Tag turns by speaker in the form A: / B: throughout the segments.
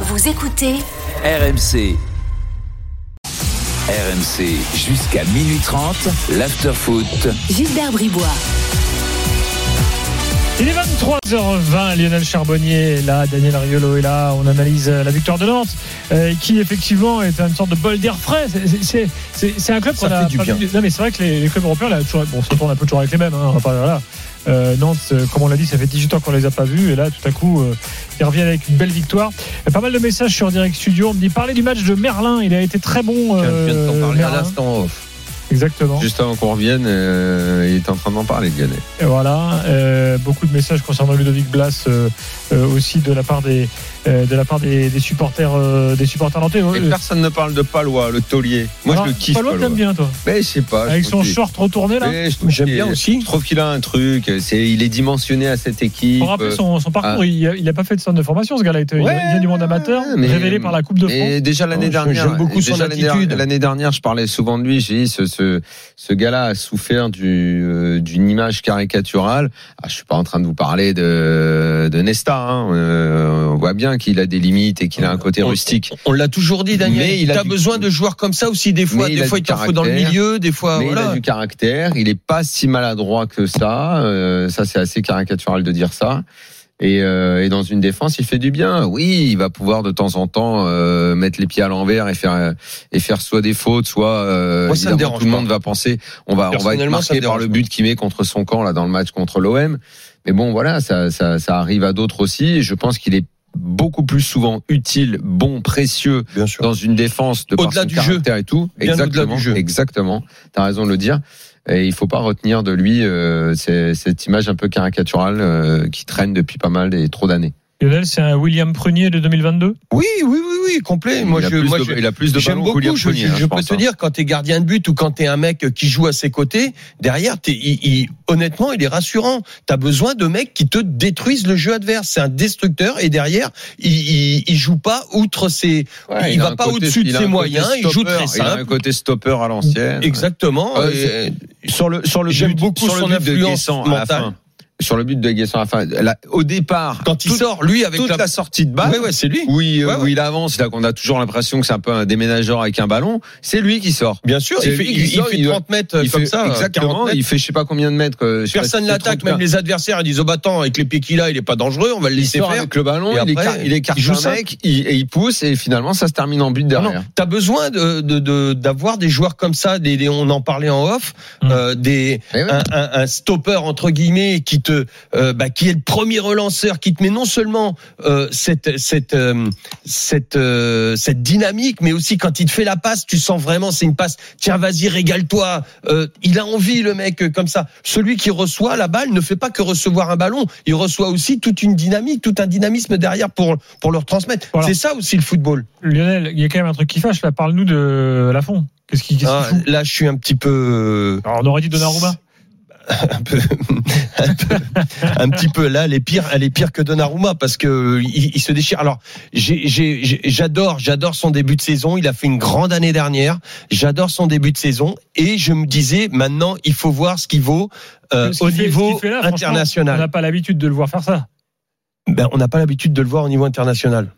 A: Vous écoutez
B: RMC. RMC jusqu'à minuit 30, l'afterfoot.
A: Gilbert Bribois.
C: Il est 23h20, Lionel Charbonnier est là, Daniel Riolo est là, on analyse euh, la victoire de Nantes, euh, qui effectivement est une sorte de bol d'air frais. C'est- c'est- c'est- C'est c'est un club
D: Ça
C: qu'on a
D: fait du
C: pas
D: bien.
C: vu- Non mais c'est vrai que les, les clubs européens, là, toujours, bon, on se retourne un peu toujours avec les mêmes. hein, on va pas- voilà. Euh, Nantes, euh, comme on l'a dit, ça fait 18 ans qu'on les a pas vus, et là tout à coup, euh, ils reviennent avec une belle victoire. Il y a pas mal de messages sur Direct Studio, on me dit parler du match de Merlin, il a été très bon.
D: Tiens, je viens de
C: euh,
D: t'en parler à
C: Merlin.
D: l'instant en off.
C: Exactement.
D: Juste avant qu'on revienne, euh, il est en train d'en parler, Lionel.
C: Et voilà, euh, beaucoup de messages concernant Ludovic Blas euh, euh, aussi de la part des euh, de la part des, des supporters euh, des supporters nantais.
D: Et
C: Euh,
D: personne ne parle de Palois, le taulier. Moi,
C: alors,
D: je le kiffe,
C: Ah, Palois,
D: Palois.
C: t'aimes bien toi.
D: Mais je sais pas. je
C: Avec
D: trouve
C: son
D: qu'il-
C: short retourné là.
D: Mais je trouve
E: J'aime
D: qu'il-
E: bien aussi.
D: Je trouve qu'il a un truc. C'est, il est dimensionné à cette équipe.
C: Pour rappeler son, son parcours,
D: ah.
C: il, a- il a pas fait de centre de formation ce gars-là. Il était- il
D: Ouais,
C: vient du monde amateur,
D: mais-
C: révélé par la Coupe de France.
D: Et déjà l'année
E: Je-
D: dernière,
E: j'aime beaucoup
D: déjà
E: son
D: l'année der-
E: attitude.
D: L'année dernière, je parlais souvent de lui. J'ai dit ce ce, ce gars-là a souffert du euh, d'une image caricaturale. Ah, je suis pas en train de vous parler de de Nesta. hein. Euh, on voit bien qu'il a des limites et qu'il a un côté
E: Euh, On-
D: rustique.
E: On l'a toujours dit, Daniel.
D: Mais
E: Mais
D: il
E: il
D: a
E: as
D: du-
E: besoin de joueurs comme ça aussi. Des fois,
D: Mais il
E: des
D: a
E: fois,
D: du
E: il te dans le
D: caractère.
E: milieu. Des fois,
D: Mais il a
E: voilà.
D: du caractère, il est pas si maladroit que ça. euh, ça, c'est assez caricatural de dire ça. Et, euh, et dans une défense, il fait du bien. Oui, il va pouvoir de temps en temps euh, mettre les pieds à l'envers et faire euh, et faire soit des fautes, soit euh,
E: Moi, ça me
D: évidemment,
E: dérange
D: tout le
E: pas.
D: monde va penser on va on va être
E: Personnellement,
D: marqué
E: ça me
D: par
E: dérange
D: le but qu'il met contre son camp là dans le match contre l'OM. Mais bon, voilà, ça ça, ça arrive à d'autres aussi. Et je pense qu'il est beaucoup plus souvent utile, bon, précieux
E: Bien sûr.
D: dans une défense de par
E: Au-delà
D: son
E: du
D: caractère et tout.
E: Bien au-delà
D: exactement,
E: du jeu.
D: exactement. T'as raison de le dire. Et il faut pas retenir de lui euh, c'est- cette image un peu caricaturale euh, qui traîne depuis pas mal et trop d'années.
C: Lionel, c'est un William Prunier de 2022.
E: Oui, oui, oui, oui, complet. Moi,
D: il,
E: je,
D: a plus
E: moi,
D: de,
E: je-
D: il a plus de
E: J'aime
D: ballons que
E: beaucoup,
D: William
E: je,
D: Fournier,
E: je-
D: hein,
E: je peux
D: pense,
E: te
D: hein.
E: dire, quand t'es gardien de but ou quand t'es un mec qui joue à ses côtés, derrière, t'es- il- il- honnêtement, il est rassurant. T'as besoin de mecs qui te détruisent le jeu adverse. C'est un destructeur et derrière, il, il, il joue pas outre ses,
D: Ouais,
E: il
D: a
E: va
D: un
E: pas
D: côté-
E: au-dessus de
D: il a
E: ses
D: un côté
E: moyens, il joue
D: stopper,
E: très
D: Il a un
E: simple.
D: côté stopper à l'ancienne. Euh,
E: Exactement.
D: Ouais,
E: Et-
D: sur le sur le
E: J'aime
D: but,
E: beaucoup
D: sur le
E: son
D: but de
E: influence
D: Guessant à la
E: mentale.
D: fin. Sur le but de Guessant à la fin. La- au départ,
E: quand il
D: toute-
E: sort, lui, avec
D: toute
E: la,
D: la... sortie de balle.
E: Ouais, ouais, c'est lui.
D: Où il, euh,
E: Ouais, ouais.
D: où il avance, là qu'on a toujours l'impression que c'est un peu un déménageur avec un ballon, c'est lui qui sort.
E: Bien sûr,
D: C'est
E: il fait,
D: lui qui
E: il, il
D: sort,
E: fait
D: il doit-
E: 30 mètres
D: il
E: comme
D: fait,
E: ça.
D: exactement,
E: 40 mètres.
D: il fait je sais pas combien de mètres. que- je sais pas
E: Personne
D: si c'est
E: l'attaque,
D: 30,
E: même les adversaires, ils disent, oh bah attends, avec les pieds qu'il a, il est pas dangereux, on va le
D: Il
E: laisser
D: sort
E: faire.
D: avec le ballon,
E: Et
D: il,
E: après,
D: écarte, il écarte
E: il joue
D: un
E: simple.
D: mec, il, et il pousse et finalement ça se termine en but derrière.
E: Non, t'as besoin de, de, de- d'avoir des joueurs comme ça, des, des- on en parlait en off,
C: Mm.
E: euh, des,
D: Eh ouais.
E: un, un- un stopper entre guillemets qui te, euh, bah, qui est le premier relanceur, qui te met non seulement euh, cette, cette, euh, cette, euh, cette dynamique, mais aussi quand il te fait la passe, tu sens vraiment c'est une passe. Tiens, vas-y, régale-toi. Euh, il a envie le mec euh, comme ça. Celui qui reçoit la balle ne fait pas que recevoir un ballon, il reçoit aussi toute une dynamique, tout un dynamisme derrière pour pour leur transmettre.
C: Voilà.
E: C'est ça aussi le football.
C: Lionel, il y a quand même un truc qui fâche là. Parle-nous de Lafont. Qu'est-ce qui, qu'est-ce qu'il
E: Ah,
C: fout
E: là, je suis un petit peu, euh,
C: Alors, on aurait dit Donnarumma.
E: un peu, un peu- un petit peu là. Elle est pire, elle est pire que Donnarumma parce que euh, il, il se déchire. Alors, j'ai- j'ai- j'ai- j'adore, j'adore son début de saison. Il a fait une grande année dernière. J'adore son début de saison et je me disais maintenant, il faut voir ce qu'il vaut euh,
C: Ce qu'il
E: au
C: fait- ce qu'il
E: niveau
C: fait là, franchement, On n'a
E: international.
C: pas l'habitude de le voir faire ça.
E: Ben, on n'a pas l'habitude de le voir au niveau international.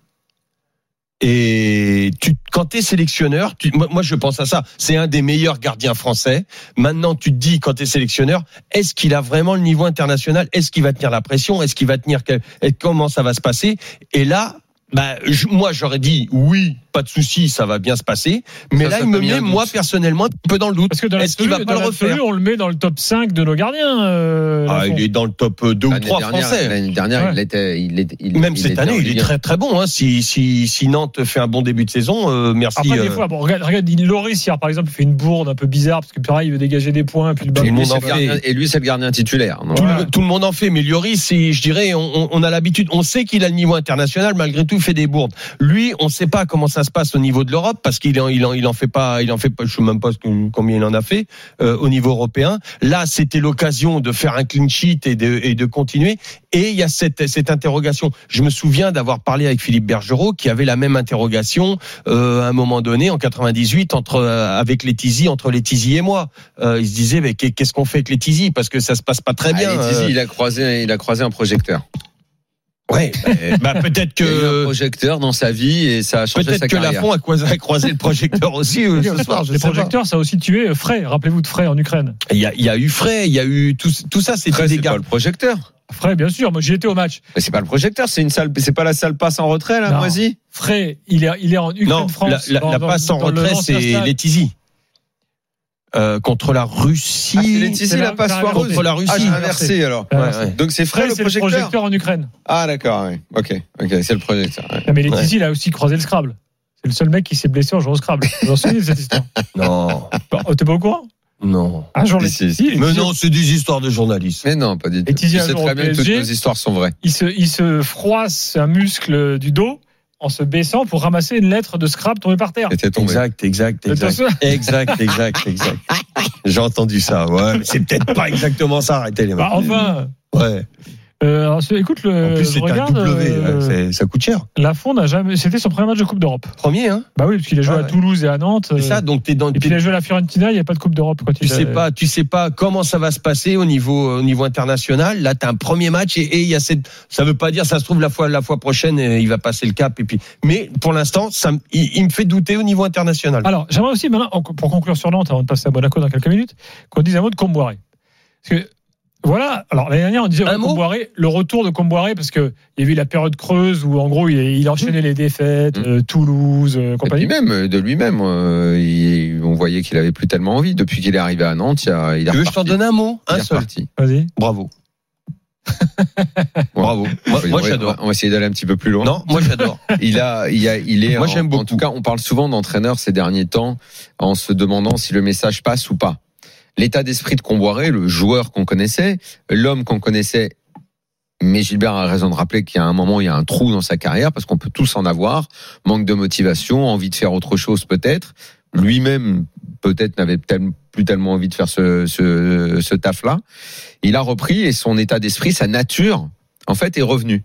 E: Et tu, quand t'es sélectionneur, tu, moi, moi, je pense à ça. C'est un des meilleurs gardiens français. Maintenant tu te dis quand t'es sélectionneur, est-ce qu'il a vraiment le niveau international Est-ce qu'il va tenir la pression Est-ce qu'il va tenir quel- et comment ça va se passer Et là, bah, je- moi j'aurais dit oui, pas de souci, ça va bien se passer.
D: Ça,
E: Mais là
D: ça
E: il
D: t'a
E: me
D: mis un
E: met
D: doute.
E: moi personnellement un peu dans le doute.
C: Parce que dans
E: Est-ce qu'il
C: l'absolu,
E: va pas
C: dans
E: le
C: l'absolu,
E: refaire
C: on le met dans le top 5 de nos gardiens. euh,
E: Ah,
C: Lafont.
E: il est dans le top 2 ou
D: L'année
E: 3
D: dernière,
E: français.
D: L'année dernière,
C: Ouais.
D: il était, il était- il-
E: Même
D: il
E: cette
D: était en
E: année, il
D: Ligue
E: est
D: 1.
E: très très bon. Hein. Si, si, si Nantes fait un bon début de saison, euh, merci.
C: Après, des
E: euh,
C: fois, bon, regarde, regarde il- Loris, hier, par exemple, il fait une bourde un peu bizarre parce que pareil, il veut dégager des points, puis le
D: Et
C: ballon.
D: lui,
E: monde
D: c'est
E: en
D: le gardien- Et lui, c'est le gardien titulaire. Donc,
E: tout,
C: Voilà.
E: le, tout le monde en fait, mais Lloris, c'est- je dirais, on, on- on a l'habitude, on sait qu'il a le niveau international, malgré tout, il fait des bourdes. Lui, on ne sait pas comment ça se passe au niveau de l'Europe, parce qu'il en, il en, il en fait pas, il en fait pas, je sais même pas ce que- combien il en a fait euh, au niveau européen. Là, c'était l'occasion de faire un clean sheet et de, et de continuer. Et il y a cette, cette interrogation. Je me souviens d'avoir parlé avec Philippe Bergerot, qui avait la même interrogation euh, à un moment donné en 98 entre euh, avec Letizy, entre Letizy et moi. Euh, il se disait, mais qu'est- qu'est-ce qu'on fait avec Letizy Parce que ça se passe pas très euh.
D: Ah,
E: bien.
D: Letizy,
E: euh,
D: il a croisé, il a croisé un projecteur.
E: Ouais. bah, peut-être
D: Il y a eu un
E: que
D: projecteur dans sa vie et ça a changé
E: peut-être
D: sa
E: que
D: carrière.
E: Lafont a croisé, a croisé le projecteur aussi euh, ce soir. Je
C: Les
E: sais pas.
C: projecteurs, ça a aussi tué euh, Frey. Rappelez-vous de Frey en Ukraine.
E: Il y a, il y a eu Frey, il y a eu tout, tout ça, c'était
D: Après,
E: des
D: c'est
E: gars.
D: pas le projecteur.
C: Frey, bien sûr. Moi, j'y étais au match.
D: Mais c'est pas le projecteur, c'est une salle, c'est pas la salle passe en retrait là,
C: Non.
D: moisi.
C: Frey, il est, il est en
E: Non, la,
C: Ukraine-France.
E: la-
C: dans-
E: la
C: dans-
E: passe en
C: dans le
E: retrait,
C: l'ancien
E: c'est
C: stade.
E: Letizy. Euh, contre la
D: Ah, c'est
E: Russie.
D: Laetitia,
C: c'est
D: la
C: la-
D: passe
C: t'as
D: foireuse.
E: contre la Russie.
D: Ah, j'ai inversé alors.
C: Ouais,
E: Ouais, ouais.
D: Donc c'est Frey
C: Frey,
D: le
C: c'est le
D: projecteur.
C: projecteur en Ukraine.
D: Ah d'accord, oui. ok, ok, c'est le projecteur. ouais.
C: Non, mais Letizy, il a aussi croisé le Scrabble. C'est le seul mec qui s'est blessé en jouant au Scrabble. Vous vous en souvenez de cette histoire
E: Non,
C: Oh, T'es pas au courant
E: non.
C: Un jour,
D: Si, si,
C: Letizy,
D: si.
C: Letizy,
E: Mais non, c'est des histoires de journalistes.
D: Mais non, pas du tout. Tu
C: Laetitia
D: sais
C: joue au
D: très bien que toutes
C: PSG.
D: nos histoires sont vraies.
C: il se, il se froisse un muscle du dos en se baissant pour ramasser une lettre de Scrabble tombée par terre.
D: Et t'es tombé.
E: Exact, exact, exact.
C: Attention.
E: Exact, exact, exact. J'ai entendu ça. Ouais, mais c'est peut-être pas exactement ça. Arrêtez les mecs.
C: Bah, enfin,
E: Ouais.
C: euh, alors, ce- écoute, le,
E: En plus, c'est
C: je
E: un
C: regarde,
E: W.
C: euh,
E: ouais, c'est- ça coûte cher.
C: Lafond n'a jamais. C'était son premier match de Coupe d'Europe.
E: Premier, hein.
C: Bah oui, parce qu'il a joué
E: Ah
C: à
E: ouais.
C: Toulouse et à Nantes.
E: Et
C: euh,
E: ça, donc t'es dans.
C: et puis il a joué à la euh, Fiorentina, il n'y a pas de Coupe d'Europe. quand
E: Tu
C: il a-
E: sais pas, tu sais pas comment ça va se passer au niveau au niveau international. Là, t'as un premier match et et il y a cette. Ça veut pas dire ça se trouve la fois la fois prochaine euh, il va passer le cap et puis. Mais pour l'instant, ça me- il, il me fait douter au niveau international.
C: Alors, j'aimerais aussi, maintenant, en- pour conclure sur Nantes, avant de passer à Monaco dans quelques minutes, qu'on dise un mot de Comboiré. Parce que, voilà, alors l'année dernière, on disait
E: Un
C: ouais,
E: mot
C: Comboiré, le retour de Comboiré, parce qu'il y a eu la période creuse où, en gros, il, il enchaînait les défaites,
D: Mmh.
C: euh, Toulouse, euh,
D: Et puis
C: compagnie.
D: même euh, de lui-même, euh, il- on voyait qu'il avait plus tellement envie depuis qu'il est arrivé à Nantes. Il a, il a
E: tu veux que je
D: reparti.
E: t'en donne un mot,
D: Il
E: un
D: est
E: seul.
D: reparti.
C: Vas-y.
E: Bravo.
D: Ouais.
E: Bravo. Moi,
D: On va-
E: moi,
D: on va-
E: j'adore.
D: On va essayer d'aller un petit peu plus loin.
E: Non, moi j'adore.
D: Il a, il a, il est.
E: Moi,
D: en-
E: j'aime
D: En
E: beaucoup.
D: tout cas, on parle souvent d'entraîneurs ces derniers temps en se demandant si le message passe ou pas. L'état d'esprit de Comboiré, le joueur qu'on connaissait, l'homme qu'on connaissait. Mais Gilbert a raison de rappeler qu'il y a un moment, il y a un trou dans sa carrière parce qu'on peut tous en avoir. Manque de motivation, envie de faire autre chose peut-être. Lui-même, peut-être, n'avait tel- plus tellement envie de faire ce, ce, ce taf-là. Il a repris et son état d'esprit, sa nature, en fait, est revenue.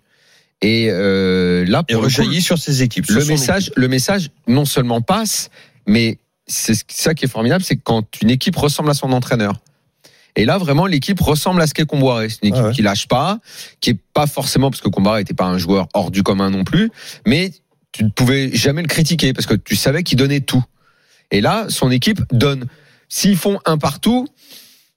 D: Et euh, là,
E: Et
D: pour le coup,
E: rejaillit sur ses équipes. sur
D: le
E: son
D: message, le message non seulement passe, mais c'est ce- ça qui est formidable, c'est quand une équipe ressemble à son entraîneur. Et là, vraiment, l'équipe ressemble à ce qu'est Comboiré. C'est une équipe
E: Ah ouais.
D: qui lâche pas, qui est pas forcément, parce que Comboiré n'était pas un joueur hors du commun non plus, mais tu ne pouvais jamais le critiquer parce que tu savais qu'il donnait tout. Et là, son équipe donne. S'ils font un partout,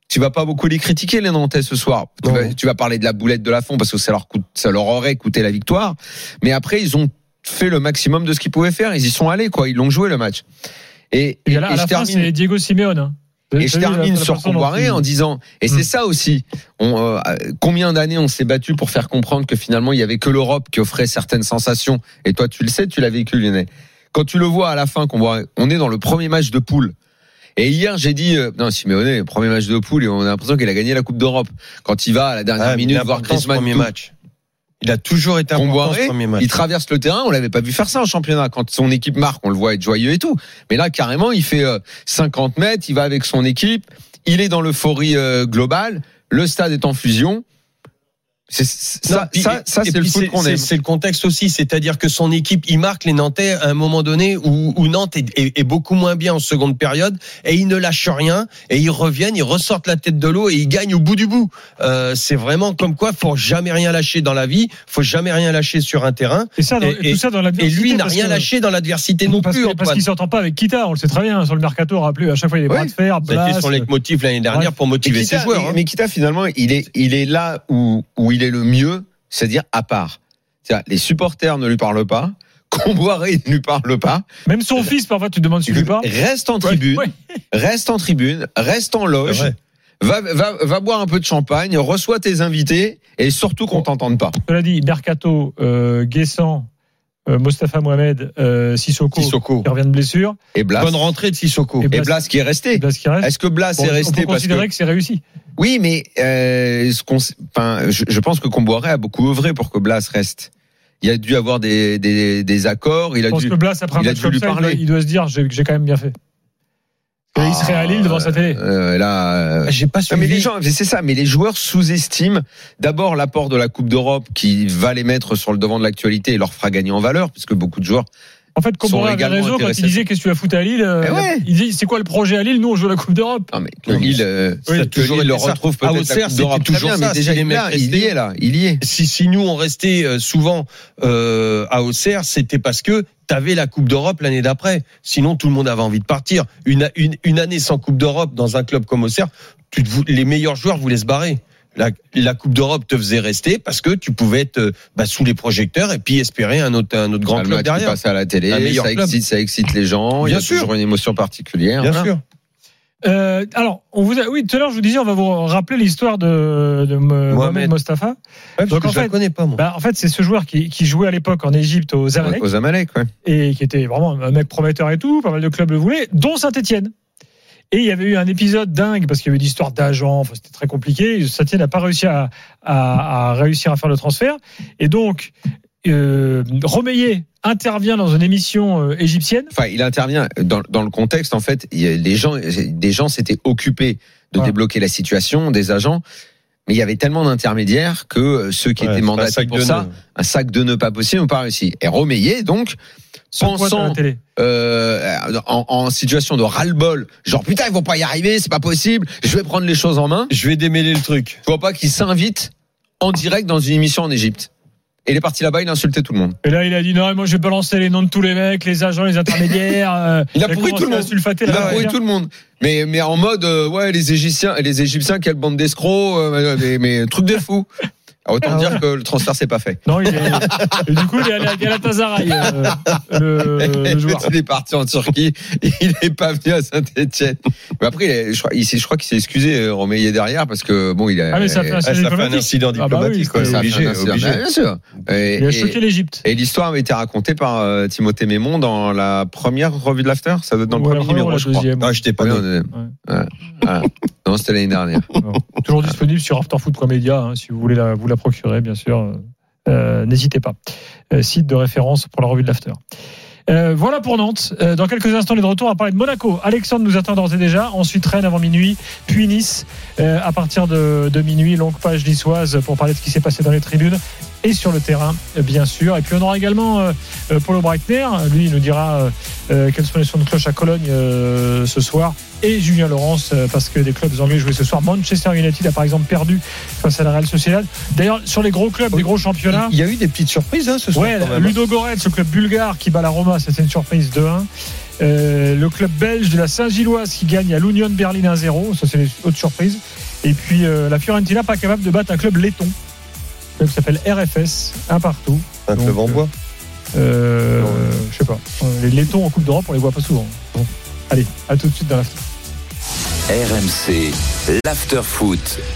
D: tu vas pas beaucoup les critiquer, les Nantais, ce soir. Tu
E: Non.
D: vas, tu vas parler de la boulette de la fond parce que ça leur coûte, ça leur aurait coûté la victoire. Mais après, ils ont fait le maximum de ce qu'ils pouvaient faire. Ils y sont allés, quoi. Ils l'ont joué, le match. Et,
C: Et
D: et-
C: là,
D: et
C: à la
D: je
C: fin,
D: termine.
C: c'est Diego Simeone. hein. Vous avez
D: Et je
C: vu la-
D: termine
C: la
D: sur
C: façon dont
D: Comboiré
C: il-
D: en disant, et
C: Mm.
D: c'est ça aussi, on, euh, combien d'années on s'est battu pour faire comprendre que finalement il y avait que l'Europe qui offrait certaines sensations. Et toi, tu le sais, tu l'as vécu, Lionel. Quand tu le vois à la fin, Comboiré, on est dans le premier match de poule. Et hier, j'ai dit, euh, non, Simeone, premier match de poule, et on a l'impression qu'il a gagné la Coupe d'Europe. Quand il va à la dernière
E: Ah, mais
D: minute
E: il est
D: voir
E: important, ce
D: Griezmann,
E: premier
D: tout,
E: match. Il a toujours été important
D: Comboiré,
E: ce premier match.
D: il traverse le terrain, on l'avait pas vu faire ça en championnat. Quand son équipe marque, on le voit être joyeux et tout. Mais là, carrément, il fait euh, 50 mètres, il va avec son équipe, il est dans l'euphorie euh, globale, le stade est en fusion. C'est c'est-
E: Non,
D: ça,
E: puis-
D: ça, ça,
E: et
D: c'est le
E: puis
D: foot qu'on
E: c'est-
D: aime.
E: C'est le contexte aussi, c'est-à-dire que son équipe, il marque les Nantais à un moment donné où, où Nantes est, est- est beaucoup moins bien en seconde période et ils ne lâchent rien et ils reviennent, ils ressortent la tête de l'eau et ils gagnent au bout du bout. Euh, c'est vraiment comme quoi, faut jamais rien lâcher dans la vie, faut jamais rien lâcher sur un terrain.
C: Et, ça, dans-
E: Et-
C: et tout ça dans
E: Et lui n'a
C: parce
E: rien
C: que-
E: lâché dans l'adversité non
C: Parce
E: plus.
C: que- parce
E: Antoine.
C: qu'il s'entend pas avec Kita, on le sait très bien. hein, Sur le mercato, rappelez, à chaque fois, il y a des
D: Oui.
C: bras de fer,
E: C'était
C: Blas,
E: son leitmotiv l'année dernière pour motiver ses
D: Kita,
E: joueurs. hein.
D: mais Kita, finalement, il est, il est là où, où il est le mieux, c'est-à-dire à part. C'est-à-dire, les supporters ne lui parlent pas, Comboiré ne lui parle pas,
C: Même son fils, parfois, tu te demandes si tu lui parles.
D: reste en
C: Ouais,
D: tribune,
C: ouais.
D: reste en tribune, reste en
E: C'est
D: loge,
E: vrai.
C: Ah
D: va, va, va boire un peu de champagne, reçois tes invités et surtout qu'on t'entende pas.
C: Cela dit, Mercato, euh, Guessant, euh, Mostafa Mohamed, euh, Sissoko,
E: Sissoko.
C: qui revient de blessure,
D: Et Blas,
E: Bonne rentrée de Sissoko.
C: Et
D: et Blas qui est
C: et
D: resté.
C: Blas qui reste.
D: Est-ce que Blas
C: Bon,
D: est
C: on peut
D: resté parce
C: considérer
D: que
C: que, c'est réussi.
D: oui, mais euh, ce qu'on, enfin, je, je pense que Comboiré a beaucoup œuvré pour que Blas reste. Il a dû avoir des, des, des accords. Il
C: Je
D: a
C: pense
D: dû.
C: que Blas, après un
D: il a
C: match
D: dû
C: comme
D: lui
C: ça, il doit,
D: parler. Ah.
C: il doit se dire j'ai j'ai quand même bien fait. Et il serait à Lille devant sa télé.
D: Euh, là,
C: Ah,
D: euh,
E: J'ai pas
D: Non,
E: suivi.
D: mais les gens, c'est ça, mais les joueurs sous-estiment d'abord l'apport de la Coupe d'Europe qui va les mettre sur le devant de l'actualité et leur fera gagner en valeur, puisque beaucoup de joueurs
C: En fait,
D: Sont
C: Cambora avait
D: légalement
C: raison quand il
D: intéressés.
C: disait qu'est-ce que tu vas foutre à Lille. euh,
D: Eh ouais.
C: Il dit c'est quoi le projet à Lille Nous on joue la Coupe d'Europe.
D: Non, mais que Lille, euh,
E: Oui,
D: que
E: toujours
D: Lille
E: été
D: le
E: ça.
D: retrouve
E: Ah,
D: peut-être.
E: au
D: la
E: CERF,
D: Coupe d'Europe.
E: c'était toujours
D: Très bien,
E: ça,
D: Mais déjà,
E: si les
D: il est là,
E: mecs
D: il y est là, il y est.
E: si, si nous on restait euh, souvent euh, à Auxerre, c'était parce que t'avais la Coupe d'Europe l'année d'après. Sinon, tout le monde avait envie de partir. Une, a- une, une année sans Coupe d'Europe dans un club comme Auxerre, tu te vou- les meilleurs joueurs voulaient se barrer. La, la Coupe d'Europe te faisait rester parce que tu pouvais être euh, bah, sous les projecteurs et puis espérer un autre, un autre grand
D: Ah, le
E: club
D: match qui
E: derrière.
D: passe à la télé,
E: Un meilleur
D: ça
E: club.
D: excite, ça excite les gens. il y
E: Bien
D: a
E: sûr.
D: toujours une émotion particulière.
E: Bien
D: Hein.
E: sûr.
C: Euh, alors, on vous a- oui, tout à l'heure je vous disais, on va vous rappeler l'histoire de, de Mo- Mohamed
E: Mohamed.
C: Mostafa.
E: Ouais, parce
C: Donc,
E: que
C: en
E: je la
C: fait,
E: connais pas moi.
C: Bah, en fait, c'est ce joueur qui, qui jouait à l'époque en Égypte aux Zamalek
D: Aux Amalek, ouais.
C: et qui était vraiment un mec prometteur et tout. Pas mal de clubs le voulaient, dont Saint-Etienne. Et il y avait eu un épisode dingue parce qu'il y avait eu l'histoire d'agents, enfin, c'était très compliqué. Saint-Etienne n'a pas réussi à, à- à réussir à faire le transfert. Et donc, euh, Romeyer intervient dans une émission euh, égyptienne.
D: Enfin, il intervient dans, dans le contexte. En fait, il y a- les gens, des gens s'étaient occupés de
C: Ouais.
D: débloquer la situation, des agents. Mais il y avait tellement d'intermédiaires que euh, ceux qui
E: Ouais, c'est
D: étaient
E: un
D: mandatés
E: sac
D: pour
E: de
D: ça,
E: nœuds.
D: un sac de nœuds pas possible, n'ont pas réussi. Et Romeyer, donc,
C: se pointe à
D: Pensant-
C: la télé.
D: euh, en, en situation de ras-le-bol, genre putain, ils vont pas y arriver, c'est pas possible, je vais prendre les choses en main.
E: Je vais démêler le truc.
D: Tu vois pas qu'il s'invite en direct dans une émission en Égypte. Et il est parti là-bas, il insultait tout le monde.
C: Et là, il a dit non, moi je vais balancer les noms de tous les mecs, les agents, les intermédiaires. euh,
D: Il a pourri
C: commencé
D: tout le
C: à
D: monde.
C: sulfater
D: Il
C: la
D: a pourri
C: mafia.
D: tout le monde. Mais, mais en mode, euh, ouais, les Égyptiens, les Égyptiens, quelle bande d'escrocs, euh, mais, mais truc de fou. Alors,
C: Ah
D: autant dire que le transfert, c'est pas fait.
C: Non, il est... et du coup, il est allé à Galatasaray, euh, le, le joueur.
D: il est parti en Turquie, il est pas venu à Saint-Etienne. Mais après, il est- je crois, il s'est- je crois qu'il s'est excusé, euh, Romeyer, derrière, parce que bon, il a.
C: Ah, mais ça a fait un
E: Ah, ça
C: scandale
E: fait un
C: diplomatique.
E: incident
C: Ah bah oui,
E: diplomatique. quoi.
C: c'est-
D: ça a fait
E: obligé,
D: un incident.
E: obligé.
D: Bien sûr. Et-
C: Il a
D: et-
C: choqué l'l'Égypte.
D: Et l'histoire avait été racontée par euh, Timothée Mémon dans la première revue de l'After. Ça doit être dans le
C: Ou
D: premier
C: alors, ou
D: numéro,
C: la
D: je crois.
C: deuxième.
E: Ah, je t'ai pas
D: Ouais,
E: dit.
D: non, euh, ouais. Ah, non, c'était l'année dernière.
C: Toujours disponible sur afterfoot.media, hein, si vous voulez la, vous la procurer, bien sûr. Euh, N'hésitez pas. Euh, site de référence pour la revue de l'After. Euh, voilà pour Nantes. Euh, dans quelques instants, les retours, on va parler de Monaco. Alexandre nous attend d'ores et déjà. Ensuite, Rennes avant minuit, puis Nice euh, à partir de, de minuit. Longue page niçoise pour parler de ce qui s'est passé dans les tribunes et sur le terrain, euh, bien sûr. Et puis, on aura également euh, euh, Paulo Breitner. Lui, il nous dira euh, euh, quels sont les sons de cloche à Cologne euh, ce soir et Julien Laurence euh, parce que des clubs anglais jouaient ce soir. Manchester United a par exemple perdu face à la Real Sociedad. D'ailleurs, sur les gros clubs, les gros championnats.
E: Il y a eu des petites surprises hein, ce soir.
C: Ouais,
E: quand même.
C: Ludo Goretz, le club bulgare qui bat la Roma, ça, c'est une surprise 2-1. Euh, le club belge de la Saint-Gilloise qui gagne à l'Union Berlin 1-0, ça c'est une autre surprise. Et puis euh, la Fiorentina pas capable de battre un club laiton, un club qui s'appelle RFS, un partout.
E: Un
C: Donc,
E: club en
C: euh,
E: bois.
C: Euh,
E: Non, ouais.
C: Je sais pas. Euh, Les laitons en Coupe d'Europe, on les voit pas souvent. Bon. Allez, à tout de suite dans la
B: RMC, l'after foot.